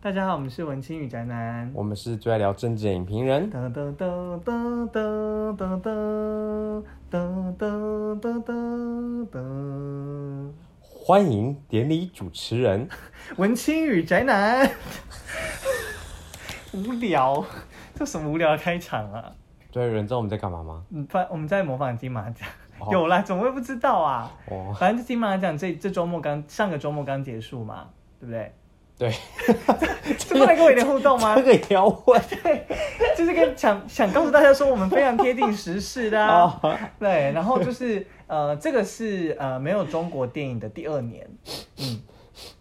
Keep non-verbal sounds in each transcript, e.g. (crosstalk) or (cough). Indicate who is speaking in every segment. Speaker 1: 大家好，我们是文青与宅男。
Speaker 2: 我们是最爱聊政治的影评人，
Speaker 1: 噔噔噔噔噔噔噔噔噔噔噔噔，
Speaker 2: 欢迎典礼主持人。
Speaker 1: 文青与宅男。无聊，这什么无聊的开场啊？
Speaker 2: 对，有人知道我们在干嘛吗？
Speaker 1: 嗯，不然，我们在模仿金马奖。
Speaker 2: 哦
Speaker 1: 有啦，怎么会不知道啊？
Speaker 2: 哦，
Speaker 1: 反正金马奖这这周末刚上个周末刚结束嘛，对不对？
Speaker 2: 对，
Speaker 1: 这不能跟我有点互动吗
Speaker 2: 这？个也要问
Speaker 1: 就是跟想想告诉大家说，我们非常贴近时事的、啊。
Speaker 2: 哦
Speaker 1: (laughs) 对，然后就是呃，这个是呃没有中国电影的第二年，嗯，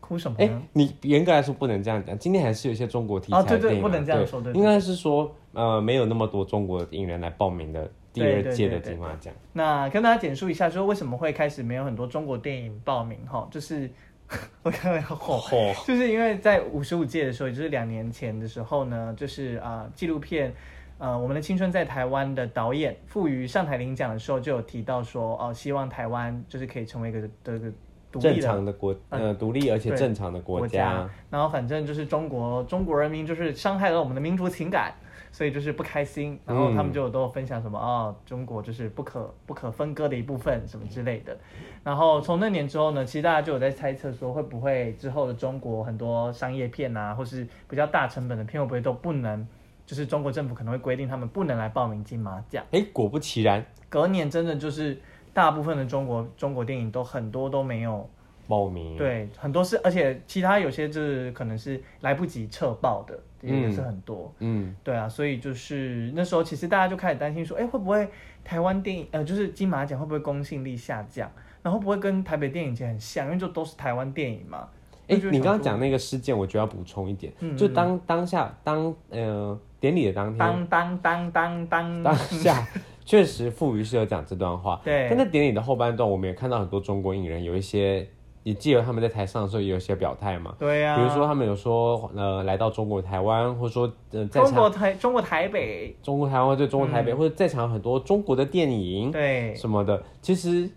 Speaker 1: 哭什么
Speaker 2: 哎、
Speaker 1: 呢？
Speaker 2: 你严格来说不能这样讲，今天还是有一些中国题材
Speaker 1: 哦对
Speaker 2: 的
Speaker 1: 对
Speaker 2: 电影嘛、啊
Speaker 1: 不能这样说对对
Speaker 2: 应该是说呃没有那么多中国影人来报名的第
Speaker 1: 对
Speaker 2: 二
Speaker 1: 对
Speaker 2: 届
Speaker 1: 对
Speaker 2: 的
Speaker 1: 对
Speaker 2: 金马奖。
Speaker 1: 那跟大家简述一下，说为什么会开始没有很多中国电影报名哈，就是 (laughs) 我刚刚吼
Speaker 2: 哦，
Speaker 1: 就是因为在五十五届的时候，也就是两年前的时候呢，就是啊、呃纪录片。呃，我们的青春在台湾的导演傅瑜上台领奖的时候就有提到说，哦、希望台湾就是可以成为一个这个独立
Speaker 2: 正
Speaker 1: 的嗯
Speaker 2: 常的国呃独立而且
Speaker 1: 对
Speaker 2: 正常的国家，
Speaker 1: 然后反正就是中国中国人民就是伤害了我们的民族情感，所以就是不开心。然后他们就都分享什么、
Speaker 2: 嗯
Speaker 1: 哦，中国就是不可不可分割的一部分什么之类的。然后从那年之后呢，其实大家就有在猜测说，会不会之后的中国很多商业片啊，或是比较大成本的片，会不会都不能？就是中国政府可能会规定他们不能来报名金马奖。
Speaker 2: 哎、果不其然
Speaker 1: 隔年真的就是大部分的中国中国电影都很多都没有
Speaker 2: 报名。
Speaker 1: 对，很多是，而且其他有些就是可能是来不及撤报的，也
Speaker 2: 嗯
Speaker 1: 是很多。
Speaker 2: 嗯，
Speaker 1: 对啊，所以就是那时候其实大家就开始担心说，哎、会不会台湾电影呃，就是金马奖会不会公信力下降？然后会不会跟台北电影节很像？因为就都是台湾电影嘛。我
Speaker 2: 哎、
Speaker 1: 就会
Speaker 2: 你
Speaker 1: 想
Speaker 2: 刚刚
Speaker 1: 说
Speaker 2: 讲那个事件，我觉得要补充一点，
Speaker 1: 嗯
Speaker 2: 就当当下当呃典礼的当天，
Speaker 1: 当当当当当
Speaker 2: (laughs) 当下确实傅瑜是有讲这段话，
Speaker 1: (laughs) 对
Speaker 2: 但在典礼的后半段，我们也看到很多中国艺人有一些，也记得他们在台上的时候也有一些表态嘛，
Speaker 1: 对呀、啊，
Speaker 2: 比如说他们有说呃来到中国台湾，或者说呃在
Speaker 1: 中
Speaker 2: 场
Speaker 1: 国台啊中国台北，
Speaker 2: 中国台湾对中国台北，或者在场很多中国的电影
Speaker 1: 对，
Speaker 2: 什么的，其实。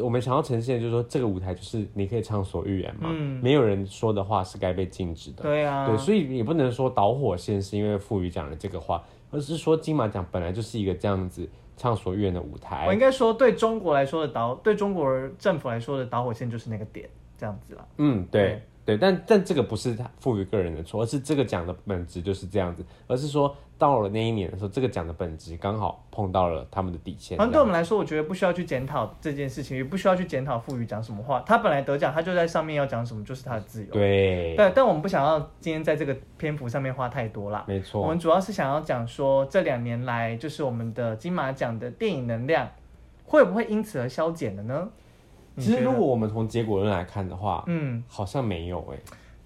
Speaker 2: 我们想要呈现的就是说，这个舞台就是你可以畅所欲言嘛，
Speaker 1: 嗯
Speaker 2: 没有人说的话是该被禁止的。
Speaker 1: 对啊，
Speaker 2: 嗯对，所以也不能说导火线是因为傅宇讲了这个话，而是说金马奖本来就是一个这样子畅所欲言的舞
Speaker 1: 我
Speaker 2: 台
Speaker 1: 应。该说对中国来说的导，对中国政府来说的导火线就是那个点，这样子啦。
Speaker 2: 嗯，对对，但但这个不是他傅宇个人的错，而是这个奖的本质就是这样子，而是说到了那一年的时候，这个奖的本质刚好碰到了他们的底线
Speaker 1: 反。正对我们来说，我觉得不需要去检讨这件事情，也不需要去检讨傅宇讲什么话。他本来得奖，他就在上面要讲什么，就是他的自由。
Speaker 2: 对，
Speaker 1: 但但我们不想要今天在这个篇幅上面花太多啦。
Speaker 2: 没
Speaker 1: 我
Speaker 2: 错，
Speaker 1: 们主要是想要讲说，这两年来就是我们的金马奖的电影能量会不会因此而消减了呢？你
Speaker 2: 其实
Speaker 1: 觉得
Speaker 2: 如果我们从结果论来看的话，
Speaker 1: 嗯，
Speaker 2: 好像没有哎、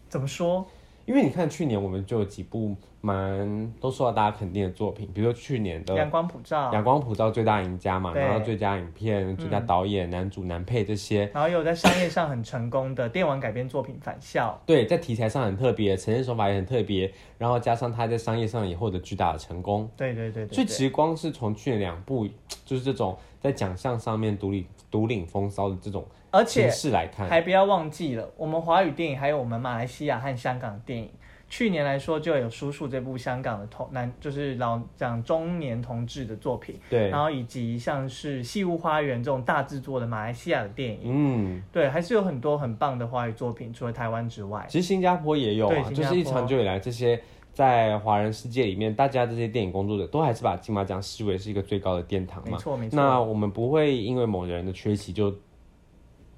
Speaker 1: 怎么说？
Speaker 2: 因为你看去年我们就有几部蛮都受到大家肯定的作品，比如说去年的
Speaker 1: 阳光普照，
Speaker 2: 阳光普照最大赢家嘛，
Speaker 1: 啊对嗯
Speaker 2: 然后最佳影片、最佳导演、男主、男配这些，
Speaker 1: 然后也有在商业上很成功的电玩改编作品《返校
Speaker 2: 对，在题材上很特别，呈现手法也很特别，然后加上他在商业上也获得巨大的成功，》。
Speaker 1: 对对对对
Speaker 2: 所以
Speaker 1: 对
Speaker 2: 其实光是从去年两部， (sniffs) 就是这种在奖项上面独领独领风骚的这种
Speaker 1: 而且
Speaker 2: 形式来看，
Speaker 1: 还不要忘记了，我们华语电影还有我们马来西亚和香港电影，去年来说就有《叔叔》这部香港的同男，就是老讲中年同志的作品，
Speaker 2: 对
Speaker 1: 然，后以及像是《戏屋花园》这种大制作的马来西亚的电影，
Speaker 2: 嗯，
Speaker 1: 对，还是有很多很棒的华语作品，除了台湾之外，
Speaker 2: 其实新加坡也有
Speaker 1: 对
Speaker 2: 啊，
Speaker 1: 新
Speaker 2: 就
Speaker 1: 加坡
Speaker 2: 是一长久以来这些。在华人世界里面，大家这些电影工作者都还是把金马奖视为是一个最高的殿堂
Speaker 1: 没
Speaker 2: 嘛。
Speaker 1: 错没错，
Speaker 2: 那我们不会因为某人的缺席就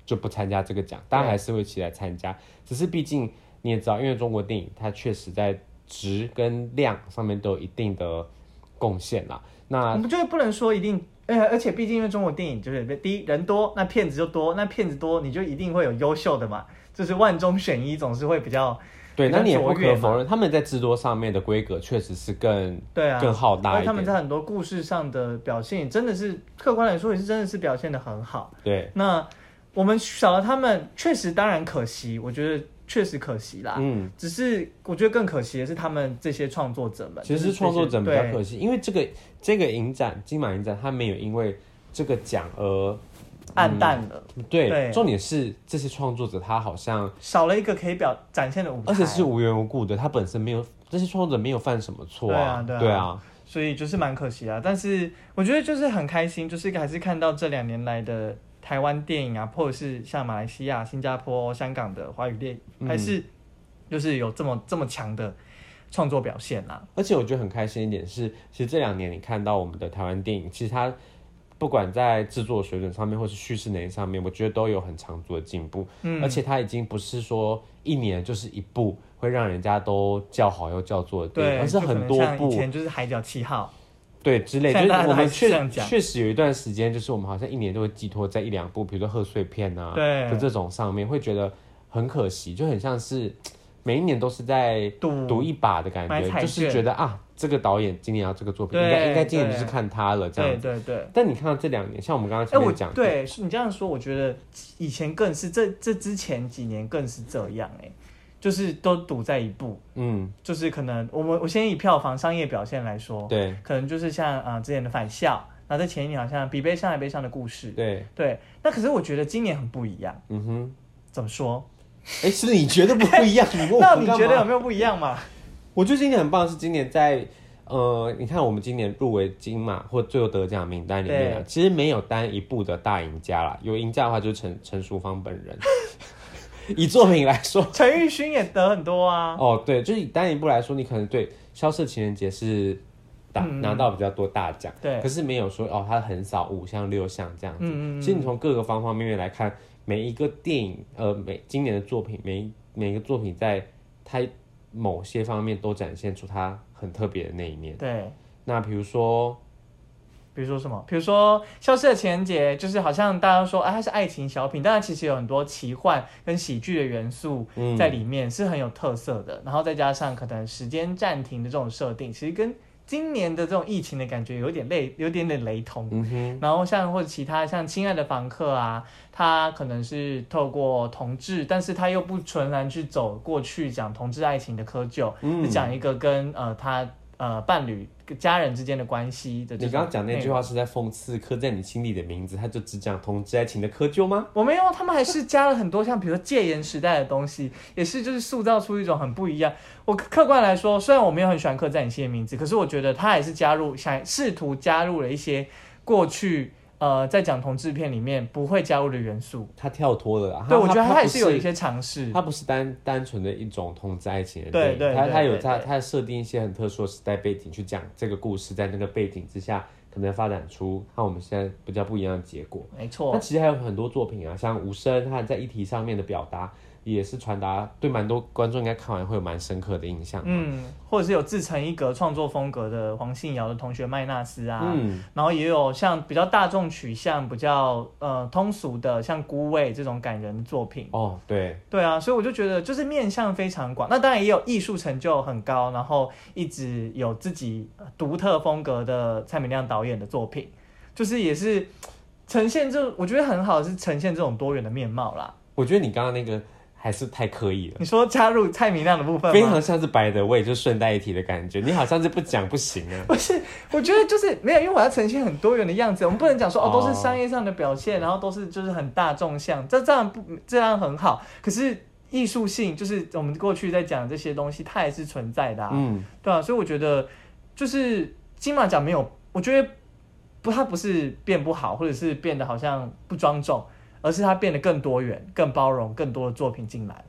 Speaker 2: 就不参加这个奖，大家还是会起来参加。只是毕竟你也知道，因为中国电影它确实在值跟量上面都有一定的贡献啦。
Speaker 1: 我
Speaker 2: 那
Speaker 1: 们就是不能说一定。呃，而且毕竟因为中国电影就是第一人多，那骗子就多，那骗子多你就一定会有优秀的嘛，就是万中选一总是会比较
Speaker 2: 对，
Speaker 1: 比较
Speaker 2: 那你也不
Speaker 1: 卓越
Speaker 2: 可
Speaker 1: 嘛
Speaker 2: 否认，他们在制作上面的规格确实是更
Speaker 1: 对啊，
Speaker 2: 更浩大
Speaker 1: 而
Speaker 2: 一
Speaker 1: 他们
Speaker 2: 点。
Speaker 1: 在很多故事上的表现，真的是客观来说也是真的是表现的很好。
Speaker 2: 对，
Speaker 1: 那我们少了他们，确实当然可惜，我觉得确实可惜啦。
Speaker 2: 嗯，
Speaker 1: 只是我觉得更可惜的是他们这些创作者们，
Speaker 2: 其
Speaker 1: 就是
Speaker 2: 实
Speaker 1: 这些
Speaker 2: 创作者比较
Speaker 1: 对
Speaker 2: 可惜，因为这个这个影展金马影展，它没有因为这个奖而
Speaker 1: 暗淡
Speaker 2: 嗯
Speaker 1: 了，
Speaker 2: 对，
Speaker 1: 对
Speaker 2: 重点是这些创作者他好像，
Speaker 1: 少了一个可以表展现的舞台，
Speaker 2: 而且是无缘无故的，他本身没有这些创作者没有犯什么错
Speaker 1: 对啊
Speaker 2: 对
Speaker 1: 对啊
Speaker 2: 啊，
Speaker 1: 所以就是蛮可惜啊。但是我觉得就是很开心，就是还是看到这两年来的台湾电影啊，或者是像马来西亚、新加坡、香港的华语电影，
Speaker 2: 嗯
Speaker 1: 还是就是有这么这么强的创作表现啊啦、
Speaker 2: 而且我觉得很开心一点是，其实这两年你看到我们的台湾电影，其实它不管在制作水准上面，或是叙事能力上面，我觉得都有很长足的进步。
Speaker 1: 嗯
Speaker 2: 而且它已经不是说一年就是一部会让人家都叫好又叫座的电
Speaker 1: 对，
Speaker 2: 影，而是
Speaker 1: 就可能
Speaker 2: 很多
Speaker 1: 像以
Speaker 2: 部
Speaker 1: 前就是《海角七号
Speaker 2: 对之类，就
Speaker 1: 现在大家
Speaker 2: 我
Speaker 1: 都还
Speaker 2: 们
Speaker 1: 是这
Speaker 2: 确
Speaker 1: 样讲
Speaker 2: 确实有一段时间，就是我们好像一年都会寄托在一两部，比如说贺岁片啊，
Speaker 1: 对
Speaker 2: 就这种上面，会觉得很可惜，就很像是每一年都是在》
Speaker 1: 赌
Speaker 2: 赌一把的感
Speaker 1: 嗯买
Speaker 2: 觉，
Speaker 1: 彩
Speaker 2: 就是
Speaker 1: 券
Speaker 2: 觉得啊，这个导演今年要这个作品，应
Speaker 1: 对
Speaker 2: 该应该今年就
Speaker 1: 对
Speaker 2: 是看他了这
Speaker 1: 对
Speaker 2: 样。
Speaker 1: 对对。
Speaker 2: 但你看到这两年，像我们刚刚
Speaker 1: 哎、
Speaker 2: 前
Speaker 1: 我
Speaker 2: 面讲的，
Speaker 1: 对是你这样说，我觉得以前更是这这之前几年更是这样哎、就是都赌在一部，
Speaker 2: 嗯，
Speaker 1: 就是可能我们我先以票房商业表现来说，
Speaker 2: 对
Speaker 1: 可能就是像啊、呃之前的返校，然后在前一年好像比悲伤还悲伤的故事，
Speaker 2: 对，
Speaker 1: 对，那可是我觉得今年很不一样，
Speaker 2: 嗯哼，
Speaker 1: 怎么说？
Speaker 2: 哎，是不是你觉得不
Speaker 1: (laughs)
Speaker 2: 一样？你问我
Speaker 1: 那
Speaker 2: 干
Speaker 1: 你
Speaker 2: 嘛
Speaker 1: 觉得有没有不一样
Speaker 2: (laughs)
Speaker 1: 嘛？
Speaker 2: 我觉得今年很棒，是今年在呃，你看我们今年入围金马或最有得奖名单里面啊，
Speaker 1: 对
Speaker 2: 其实没有单一部的大赢家啦，有赢家的话就是陈陈淑芳本人。 (laughs) 以作品来说，
Speaker 1: 陈奕迅也得很多
Speaker 2: (laughs)
Speaker 1: 啊，
Speaker 2: 哦，对，就是以单一部来说，你可能对《消失的情人节》是打、
Speaker 1: 嗯
Speaker 2: 拿到比较多大奖，
Speaker 1: 对
Speaker 2: 可是没有说哦，它很少五项六项这样子。
Speaker 1: 嗯嗯嗯
Speaker 2: 其实你从各个方方面面来看，每一个电影，呃，每今年的作品，每一每一个作品在它某些方面都展现出它很特别的那一面。
Speaker 1: 对，
Speaker 2: 那比如说，
Speaker 1: 比如说什么？比如说《消失的情人节》，就是好像大家都说啊，它是爱情小品，但它其实有很多奇幻跟喜剧的元素
Speaker 2: 嗯，
Speaker 1: 在里面，是很有特色的。然后再加上可能时间暂停的这种设定，其实跟今年的这种疫情的感觉有点类，有点点雷同。
Speaker 2: 嗯哼，
Speaker 1: 然后像或者其他像《亲爱的房客》啊，它可能是透过同志，但是它又不纯然去走过去讲同志爱情的窠臼，
Speaker 2: 嗯
Speaker 1: 是讲一个跟呃他呃伴侣跟家人之间的关系的。
Speaker 2: 你刚刚讲那句，话是在讽刺刻在你心里的名字，它就只讲同志爱情的窠臼吗？
Speaker 1: 我没有，他们还是加了很多像比如说戒严时代的东西，也是就是塑造出一种很不一样。我客客观来说，虽然我没有很喜欢刻在你心里的名字，可是我觉得他还是加入想试图加入了一些过去。呃，在讲同志片里面不会加入的元素，
Speaker 2: 它跳脱了啦，
Speaker 1: 对，我觉得
Speaker 2: 它
Speaker 1: 他也是有
Speaker 2: 不
Speaker 1: 一些尝试。
Speaker 2: 它不是单单纯的一种同志爱情的
Speaker 1: 对
Speaker 2: 电影，
Speaker 1: 嗯对
Speaker 2: 它
Speaker 1: 对
Speaker 2: 它有
Speaker 1: 对
Speaker 2: 它
Speaker 1: 对
Speaker 2: 它设定一些很特殊的时代背景，去讲这个故事在那个背景之下可能发展出和我们现在比较不一样的结果。
Speaker 1: 没
Speaker 2: 那
Speaker 1: 错，
Speaker 2: 其实还有很多作品啊，像无声，它在议题上面的表达也是传达对蛮多观众应该看完会有蛮深刻的印象。
Speaker 1: 嗯，或者是有自成一格创作风格的黄信尧的同学麦纳斯啊，
Speaker 2: 嗯，
Speaker 1: 然后也有像比较大众取向、比较呃通俗的，像《孤味》这种感人的作品。
Speaker 2: 哦，对，
Speaker 1: 对啊，所以我就觉得就是面向非常广。那当然也有艺术成就很高，然后一直有自己独特风格的蔡明亮导演的作品，就是也是呈现这，我觉得很好，是呈现这种多元的面貌啦。
Speaker 2: 我觉得你刚刚那个还是太刻意了。
Speaker 1: 你说加入蔡明亮的部分吗？
Speaker 2: 非常像是白的味，就顺带一提的感觉。你好像是不讲不行啊。
Speaker 1: (laughs) 不是，我觉得就是没有，因为我要呈现很多元的样子，我们不能讲说哦
Speaker 2: 哦
Speaker 1: 都是商业上的表现，然后都是就是很大众向，这这样不这样很好，可是艺术性就是我们过去在讲这些东西，它也是存在的、啊，
Speaker 2: 嗯，
Speaker 1: 对啊，所以我觉得就是金马奖没有，我觉得不，它不是变不好，或者是变得好像不庄重，而是它变得更多元、更包容、更多的作品进来。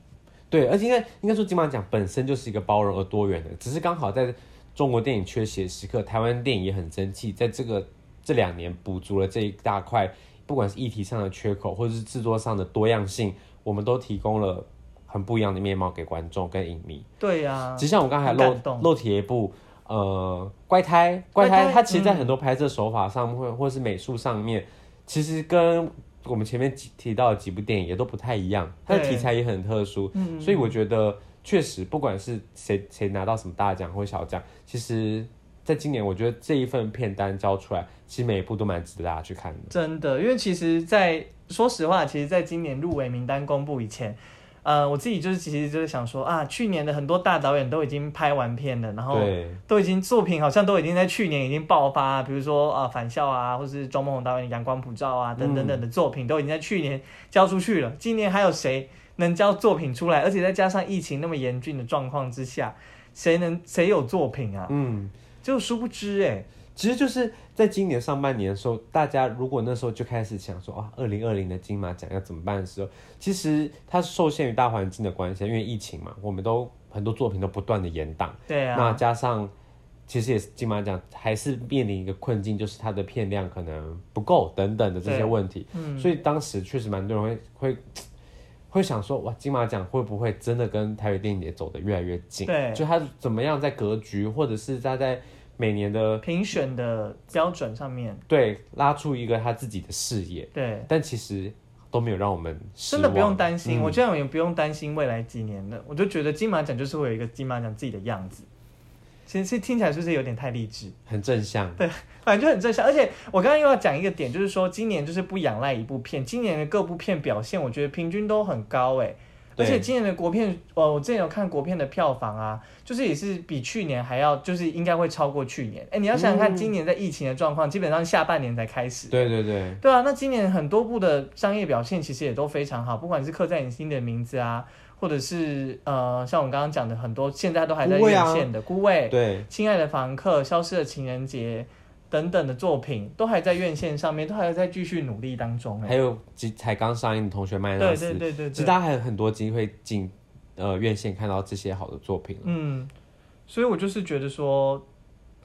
Speaker 2: 对，而且应该应该说金马奖本身就是一个包容而多元的，只是刚好在中国电影缺席的时刻，台湾电影也很争气，在这个这两年补足了这一大块，不管是议题上的缺口，或者是制作上的多样性，我们都提供了很不一样的面貌给观众跟影迷。
Speaker 1: 对啊呀、
Speaker 2: 只像我刚才
Speaker 1: 很
Speaker 2: 漏
Speaker 1: 感动
Speaker 2: 漏提了一部，呃，怪胎，怪
Speaker 1: 怪
Speaker 2: 胎，
Speaker 1: 胎
Speaker 2: 它其实在
Speaker 1: 嗯
Speaker 2: 很多拍摄手法上，或、或是美术上面，其实跟我们前面几提到的几部电影也都不太一样，它的
Speaker 1: 对
Speaker 2: 题材也很特殊，
Speaker 1: 嗯
Speaker 2: 所以我觉得确实，不管是谁谁拿到什么大奖或小奖，其实在今年，我觉得这一份片单交出来，其实每一部都蛮值得大家去看的。
Speaker 1: 真的，因为其实在，说实话，其实在今年入围名单公布以前，呃，我自己就是其实就是想说啊，去年的很多大导演都已经拍完片了，然后
Speaker 2: 对
Speaker 1: 都已经作品好像都已经在去年已经爆发，比如说啊、返校啊，或是庄梦宏导演的《阳光普照》啊等
Speaker 2: 嗯
Speaker 1: 等等的作品、都已经在去年交出去了，今年还有谁能交作品出来？而且再加上疫情那么严峻的状况之下，谁能谁有作品啊？
Speaker 2: 嗯，
Speaker 1: 就殊不知哎、
Speaker 2: 其实就是在今年上半年的时候，大家如果那时候就开始想说啊，二零二零的金马奖要怎么办的时候，其实它受限于大环境的关系，因为疫情嘛，我们都很多作品都不断的延档。
Speaker 1: 对啊，
Speaker 2: 那加上，其实也是金马奖还是面临一个困境，就是它的片量可能不够等等的这些问题。
Speaker 1: 嗯
Speaker 2: 所以当时确实蛮多人会会会想说，哇，金马奖会不会真的跟台北电影节走得越来越近？
Speaker 1: 对
Speaker 2: 就它怎么样在格局，或者是它在每年的
Speaker 1: 评选的标准上面，
Speaker 2: 对拉出一个他自己的视野，
Speaker 1: 对。
Speaker 2: 但其实都没有让我们失
Speaker 1: 真
Speaker 2: 望
Speaker 1: 的不用担心，
Speaker 2: 嗯
Speaker 1: 我这样也不用担心未来几年的，我就觉得金马奖就是会有一个金马奖自己的样子。其实其实听起来是不是有点太励志？
Speaker 2: 嗯很正向。
Speaker 1: 反正就很正向。而且我刚刚又要讲一个点，就是说今年就是不仰赖一部片，今年的各部片表现，我觉得平均都很高哎、而
Speaker 2: 对
Speaker 1: 且今年的国片，呃，我之前有看国片的票房啊，就是也是比去年还要，就是应该会超过去年。哎、你要想想
Speaker 2: 嗯
Speaker 1: 看，今年在疫情的状况，基本上下半年才开始。
Speaker 2: 对对对，
Speaker 1: 对啊，那今年很多部的商业表现其实也都非常好，不管是刻在你心底的名字啊，或者是呃，像我们刚刚讲的很多现在都还在
Speaker 2: 孤味啊
Speaker 1: 院线的《孤味》
Speaker 2: 对
Speaker 1: 亲爱的房客》《消失的情人节》等等的作品，都还在院线上面，都还在继续努力当中哎、
Speaker 2: 还有即才刚上映的《同学麦纳
Speaker 1: 对
Speaker 2: 斯
Speaker 1: 对》，对对
Speaker 2: 其实
Speaker 1: 对，
Speaker 2: 大家还有很多机会进呃院线看到这些好的作品了。
Speaker 1: 嗯，所以我就是觉得说，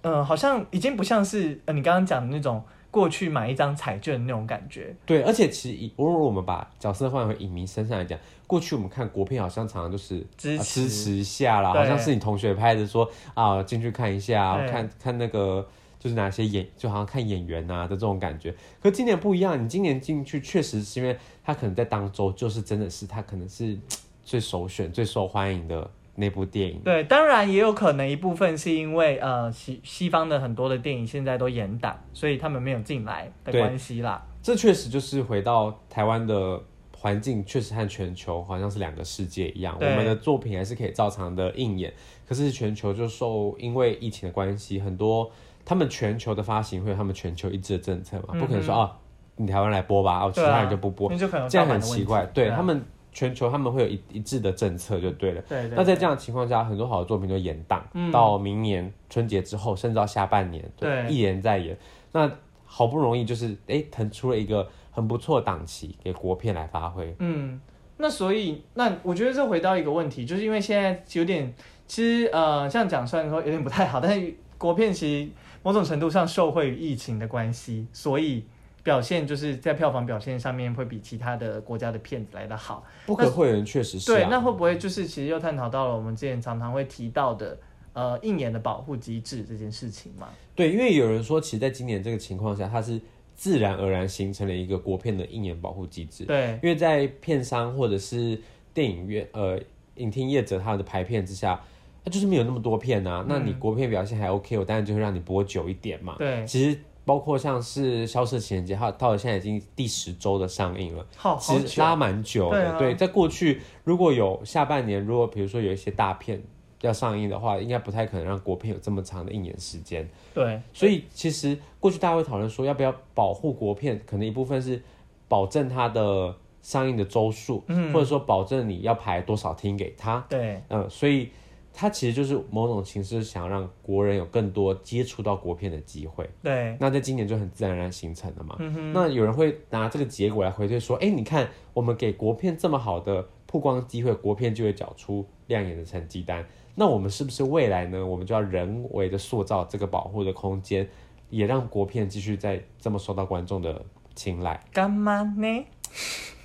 Speaker 1: 呃，好像已经不像是呃你刚刚讲的那种过去买一张彩券的那种感觉，
Speaker 2: 对，而且其实以如果我们把角色换回影迷身上来讲，过去我们看国片好像常常就是
Speaker 1: 支
Speaker 2: 啊
Speaker 1: 持
Speaker 2: 支持一下啦，
Speaker 1: 对
Speaker 2: 好像是你同学拍的说啊进去看一下，
Speaker 1: 对
Speaker 2: 看看那个就是哪些演，就好像看演员啊的这种感觉。可今年不一样，你今年进去确实是因为他可能在当周就是真的是他可能是最首选、最受欢迎的那部电影。
Speaker 1: 对，当然也有可能一部分是因为呃西西方的很多的电影现在都严打，所以他们没有进来的
Speaker 2: 对
Speaker 1: 关系啦。
Speaker 2: 这确实就是回到台湾的环境，确实和全球好像是两个世界一样。我
Speaker 1: 对
Speaker 2: 们的作品还是可以照常的映演，可是全球就受因为疫情的关系，很多他们全球的发行会有他们全球一致的政策嘛，不可能说、啊，你台湾来播吧，哦，其
Speaker 1: 嗯对啊
Speaker 2: 他人就不播，
Speaker 1: 那就可能有
Speaker 2: 这样
Speaker 1: 盗版
Speaker 2: 很
Speaker 1: 的问
Speaker 2: 奇
Speaker 1: 题
Speaker 2: 怪。对
Speaker 1: 啊
Speaker 2: 他们全球他们会有一一致的政策就对了。
Speaker 1: 对对，
Speaker 2: 那在
Speaker 1: 对
Speaker 2: 这样的情况下，很多好的作品都延档、
Speaker 1: 嗯
Speaker 2: 到明年春节之后，甚至到下半年，
Speaker 1: 对
Speaker 2: 一延再延。那好不容易就是哎腾出了一个很不错的档期给国片来发挥，
Speaker 1: 嗯，那所以那我觉得这回到一个问题，就是因为现在有点其实呃这样讲虽然说有点不太好，但是国片其实某种程度上受惠于疫情的关系，所以。表现就是在票房表现上面会比其他的国家的片子来得好，
Speaker 2: 不可讳言，确实是
Speaker 1: 对，
Speaker 2: 啊。
Speaker 1: 那会不会就是其实又探讨到了我们之前常常会提到的呃应眼的保护机制这件事情嘛？
Speaker 2: 对，因为有人说，其实在今年这个情况下，它是自然而然形成了一个国片的应援保护机制。
Speaker 1: 对，
Speaker 2: 因为在片商或者是电影院呃影厅业者他的排片之下，它就是没有那么多片啊。那
Speaker 1: 嗯
Speaker 2: 你国片表现还 OK，我当然就会让你播久一点嘛。
Speaker 1: 对，
Speaker 2: 其实包括像是《消失的情人节》，它到了现在已经第十周的上映了，
Speaker 1: 好哦好
Speaker 2: 其实
Speaker 1: 久，
Speaker 2: 拉蛮久的。
Speaker 1: 对啊
Speaker 2: 在过去如果有下半年，如果比如说有一些大片要上映的话，应该不太可能让国片有这么长的映演时间。
Speaker 1: 对
Speaker 2: 所以其实过去大家会讨论说，要不要保护国片，可能一部分是保证它的上映的周数，
Speaker 1: 嗯
Speaker 2: 或者说保证你要排多少厅给它。
Speaker 1: 对
Speaker 2: 嗯，所以它其实就是某种形式想让国人有更多接触到国片的机会。
Speaker 1: 对，
Speaker 2: 那在今年就很自然而然形成了嘛。
Speaker 1: 嗯哼，
Speaker 2: 那有人会拿这个结果来回推说，哎、你看我们给国片这么好的曝光机会，国片就会缴出亮眼的成绩单。那我们是不是未来呢？我们就要人为的塑造这个保护的空间，也让国片继续在这么受到观众的青睐。
Speaker 1: 干嘛呢？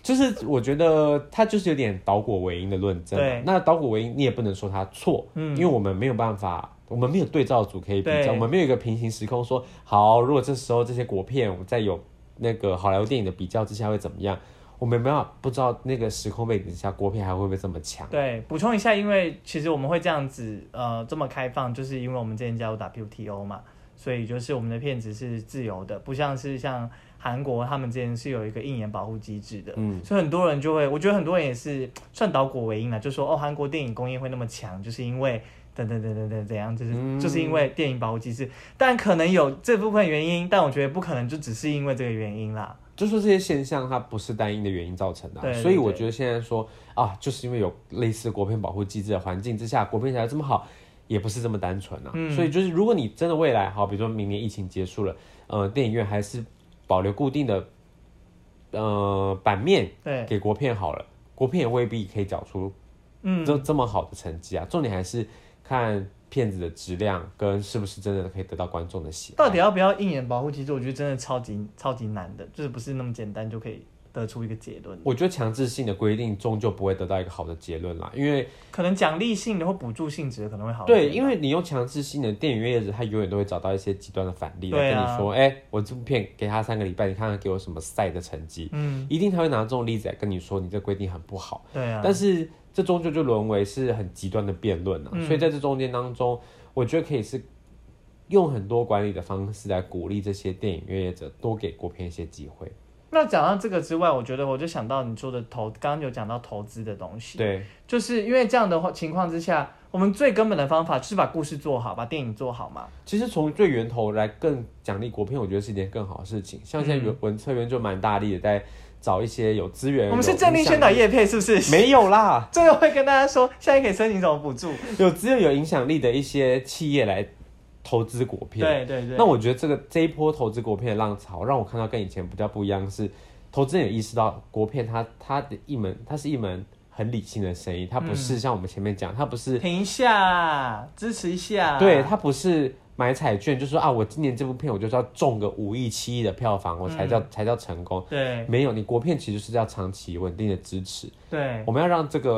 Speaker 2: 就是我觉得他就是有点倒果为因的论证嘛啊
Speaker 1: 对。
Speaker 2: 那倒果为因，你也不能说他错，
Speaker 1: 嗯
Speaker 2: 因为我们没有办法，我们没有对照组可以比
Speaker 1: 对
Speaker 2: 较，我们没有一个平行时空说，好，如果这时候这些国片我们在有那个好莱坞电影的比较之下会怎么样？我们没有办法不知道那个时空背景下国片还会不会这么强。
Speaker 1: 对，补充一下，因为其实我们会这样子，呃，这么开放，就是因为我们之前加入 WTO 嘛，所以就是我们的片子是自由的，不像是像韩国他们之间是有一个应援保护机制的，嗯，所以很多人就会，我觉得很多人也是算导果为因了，就说哦，韩国电影工业会那么强，就是因为等等等等等怎样，就是、
Speaker 2: 嗯
Speaker 1: 就是因为电影保护机制，但可能有这部分原因，但我觉得不可能就只是因为这个原因啦，
Speaker 2: 就说这些现象它不是单一的原因造成的啊、
Speaker 1: 对对
Speaker 2: 所以我觉得现在说啊，就是因为有类似国片保护机制的环境之下，国片才这么好，也不是这么单纯啊。
Speaker 1: 嗯
Speaker 2: 所以就是如果你真的未来好，比如说明年疫情结束了，呃，电影院还是保留固定的呃版面
Speaker 1: 对，
Speaker 2: 给国片好了，国片也未必可以找出
Speaker 1: 嗯，
Speaker 2: 这这么好的成绩啊。重点还是看片子的质量跟是不是真的可以得到观众的喜爱。
Speaker 1: 到底要不要应援保护机制，我觉得真的超级超级难的，就是不是那么简单就可以得出一个结论，
Speaker 2: 我觉得强制性的规定终究不会得到一个好的结论啦，因为。
Speaker 1: 可能奖励性的或补助性质的可能会好一点吧，
Speaker 2: 对，因为你用强制性的电影院业者，他永远都会找到一些极端的反例来
Speaker 1: 对
Speaker 2: 跟
Speaker 1: 啊
Speaker 2: 你说，哎、我这部片给他三个礼拜，你看看给我什么赛的成绩，
Speaker 1: 嗯，
Speaker 2: 一定他会拿这种例子来跟你说，你这规定很不好。
Speaker 1: 对啊，
Speaker 2: 但是这终究就沦为是很极端的辩论了、
Speaker 1: 嗯
Speaker 2: 所以在这中间当中，我觉得可以是用很多管理的方式来鼓励这些电影院业者多给国片一些机会。
Speaker 1: 那讲到这个之外，我觉得我就想到你说的投，刚刚有讲到投资的东西，
Speaker 2: 对，
Speaker 1: 就是因为这样的话情况之下，我们最根本的方法就是把故事做好，把电影做好嘛。
Speaker 2: 其实从最源头来更奖励国片，我觉得是一件更好的事情。像现
Speaker 1: 嗯
Speaker 2: 在文文策院就蛮大力的在找一些有资源，
Speaker 1: 我们是
Speaker 2: 有
Speaker 1: 正
Speaker 2: 影
Speaker 1: 力
Speaker 2: 响
Speaker 1: 宣导业配，是不是？
Speaker 2: 没有啦，
Speaker 1: 这个会跟大家说，现在可以申请什么补助？
Speaker 2: 有只有有影响力的一些企业来投资国 (laughs) 片。
Speaker 1: 对对对，
Speaker 2: 那我觉得这个这一波投资国片的浪潮，让我看到跟以前比较不一样是，投资人也意识到国片它它的一门它是一门很理性的生意，它不
Speaker 1: 嗯
Speaker 2: 是像我们前面讲，它不是
Speaker 1: 停一下，支持一下。
Speaker 2: 对，它不是买彩券就说啊，我今年这部片我就是要中个五亿七亿的票房，我才叫、
Speaker 1: 嗯
Speaker 2: 才叫成功。
Speaker 1: 对
Speaker 2: 没有，你国片其实是要长期稳定的支持。
Speaker 1: 对
Speaker 2: 我们要让这个，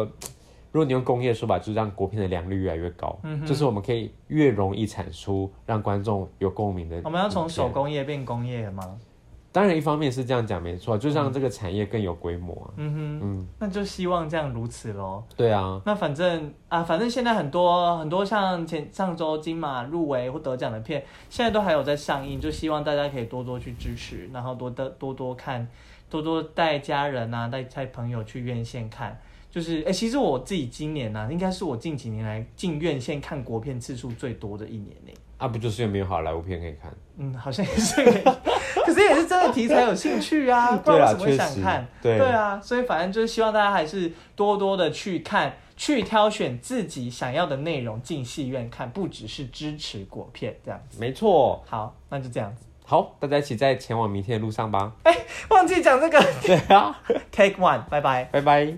Speaker 2: 如果你用工业说法，就是让国片的良率越来越高，
Speaker 1: 嗯哼
Speaker 2: 就是我们可以越容易产出让观众有共鸣的。
Speaker 1: 我们要从手，工业变工业吗？
Speaker 2: 当然一方面是这样讲没错，就让这个产业更有规模啊。
Speaker 1: 嗯
Speaker 2: 嗯
Speaker 1: 哼，那就希望这样如此喽。
Speaker 2: 对啊，
Speaker 1: 那反正啊，反正现在很多很多像前上周金马入围或得奖的片，现在都还有在上映，就希望大家可以多多去支持，然后多的多多看，多多带家人啊，带带朋友去院线看。就是哎、诶其实我自己今年啊，应该是我近几年来进院线看国片次数最多的一年呢、
Speaker 2: 啊不就是因为没有好莱坞片可以看？
Speaker 1: 嗯，好像也是， (laughs) 可是也是真的题材有兴趣啊，不
Speaker 2: 对
Speaker 1: 然为
Speaker 2: 啊，
Speaker 1: 什么
Speaker 2: 确
Speaker 1: 会想
Speaker 2: 实
Speaker 1: 看？，
Speaker 2: 对
Speaker 1: 啊，所以反正就是希望大家还是多多的去看，去挑选自己想要的内容进戏院看，不只是支持国片这样。
Speaker 2: 没错。
Speaker 1: 好，那就这样子。
Speaker 2: 好，大家一起在前往明天的路上吧。 (laughs)
Speaker 1: 忘记讲这个 (laughs)
Speaker 2: 对啊，
Speaker 1: ，Take One，拜拜。
Speaker 2: 拜拜。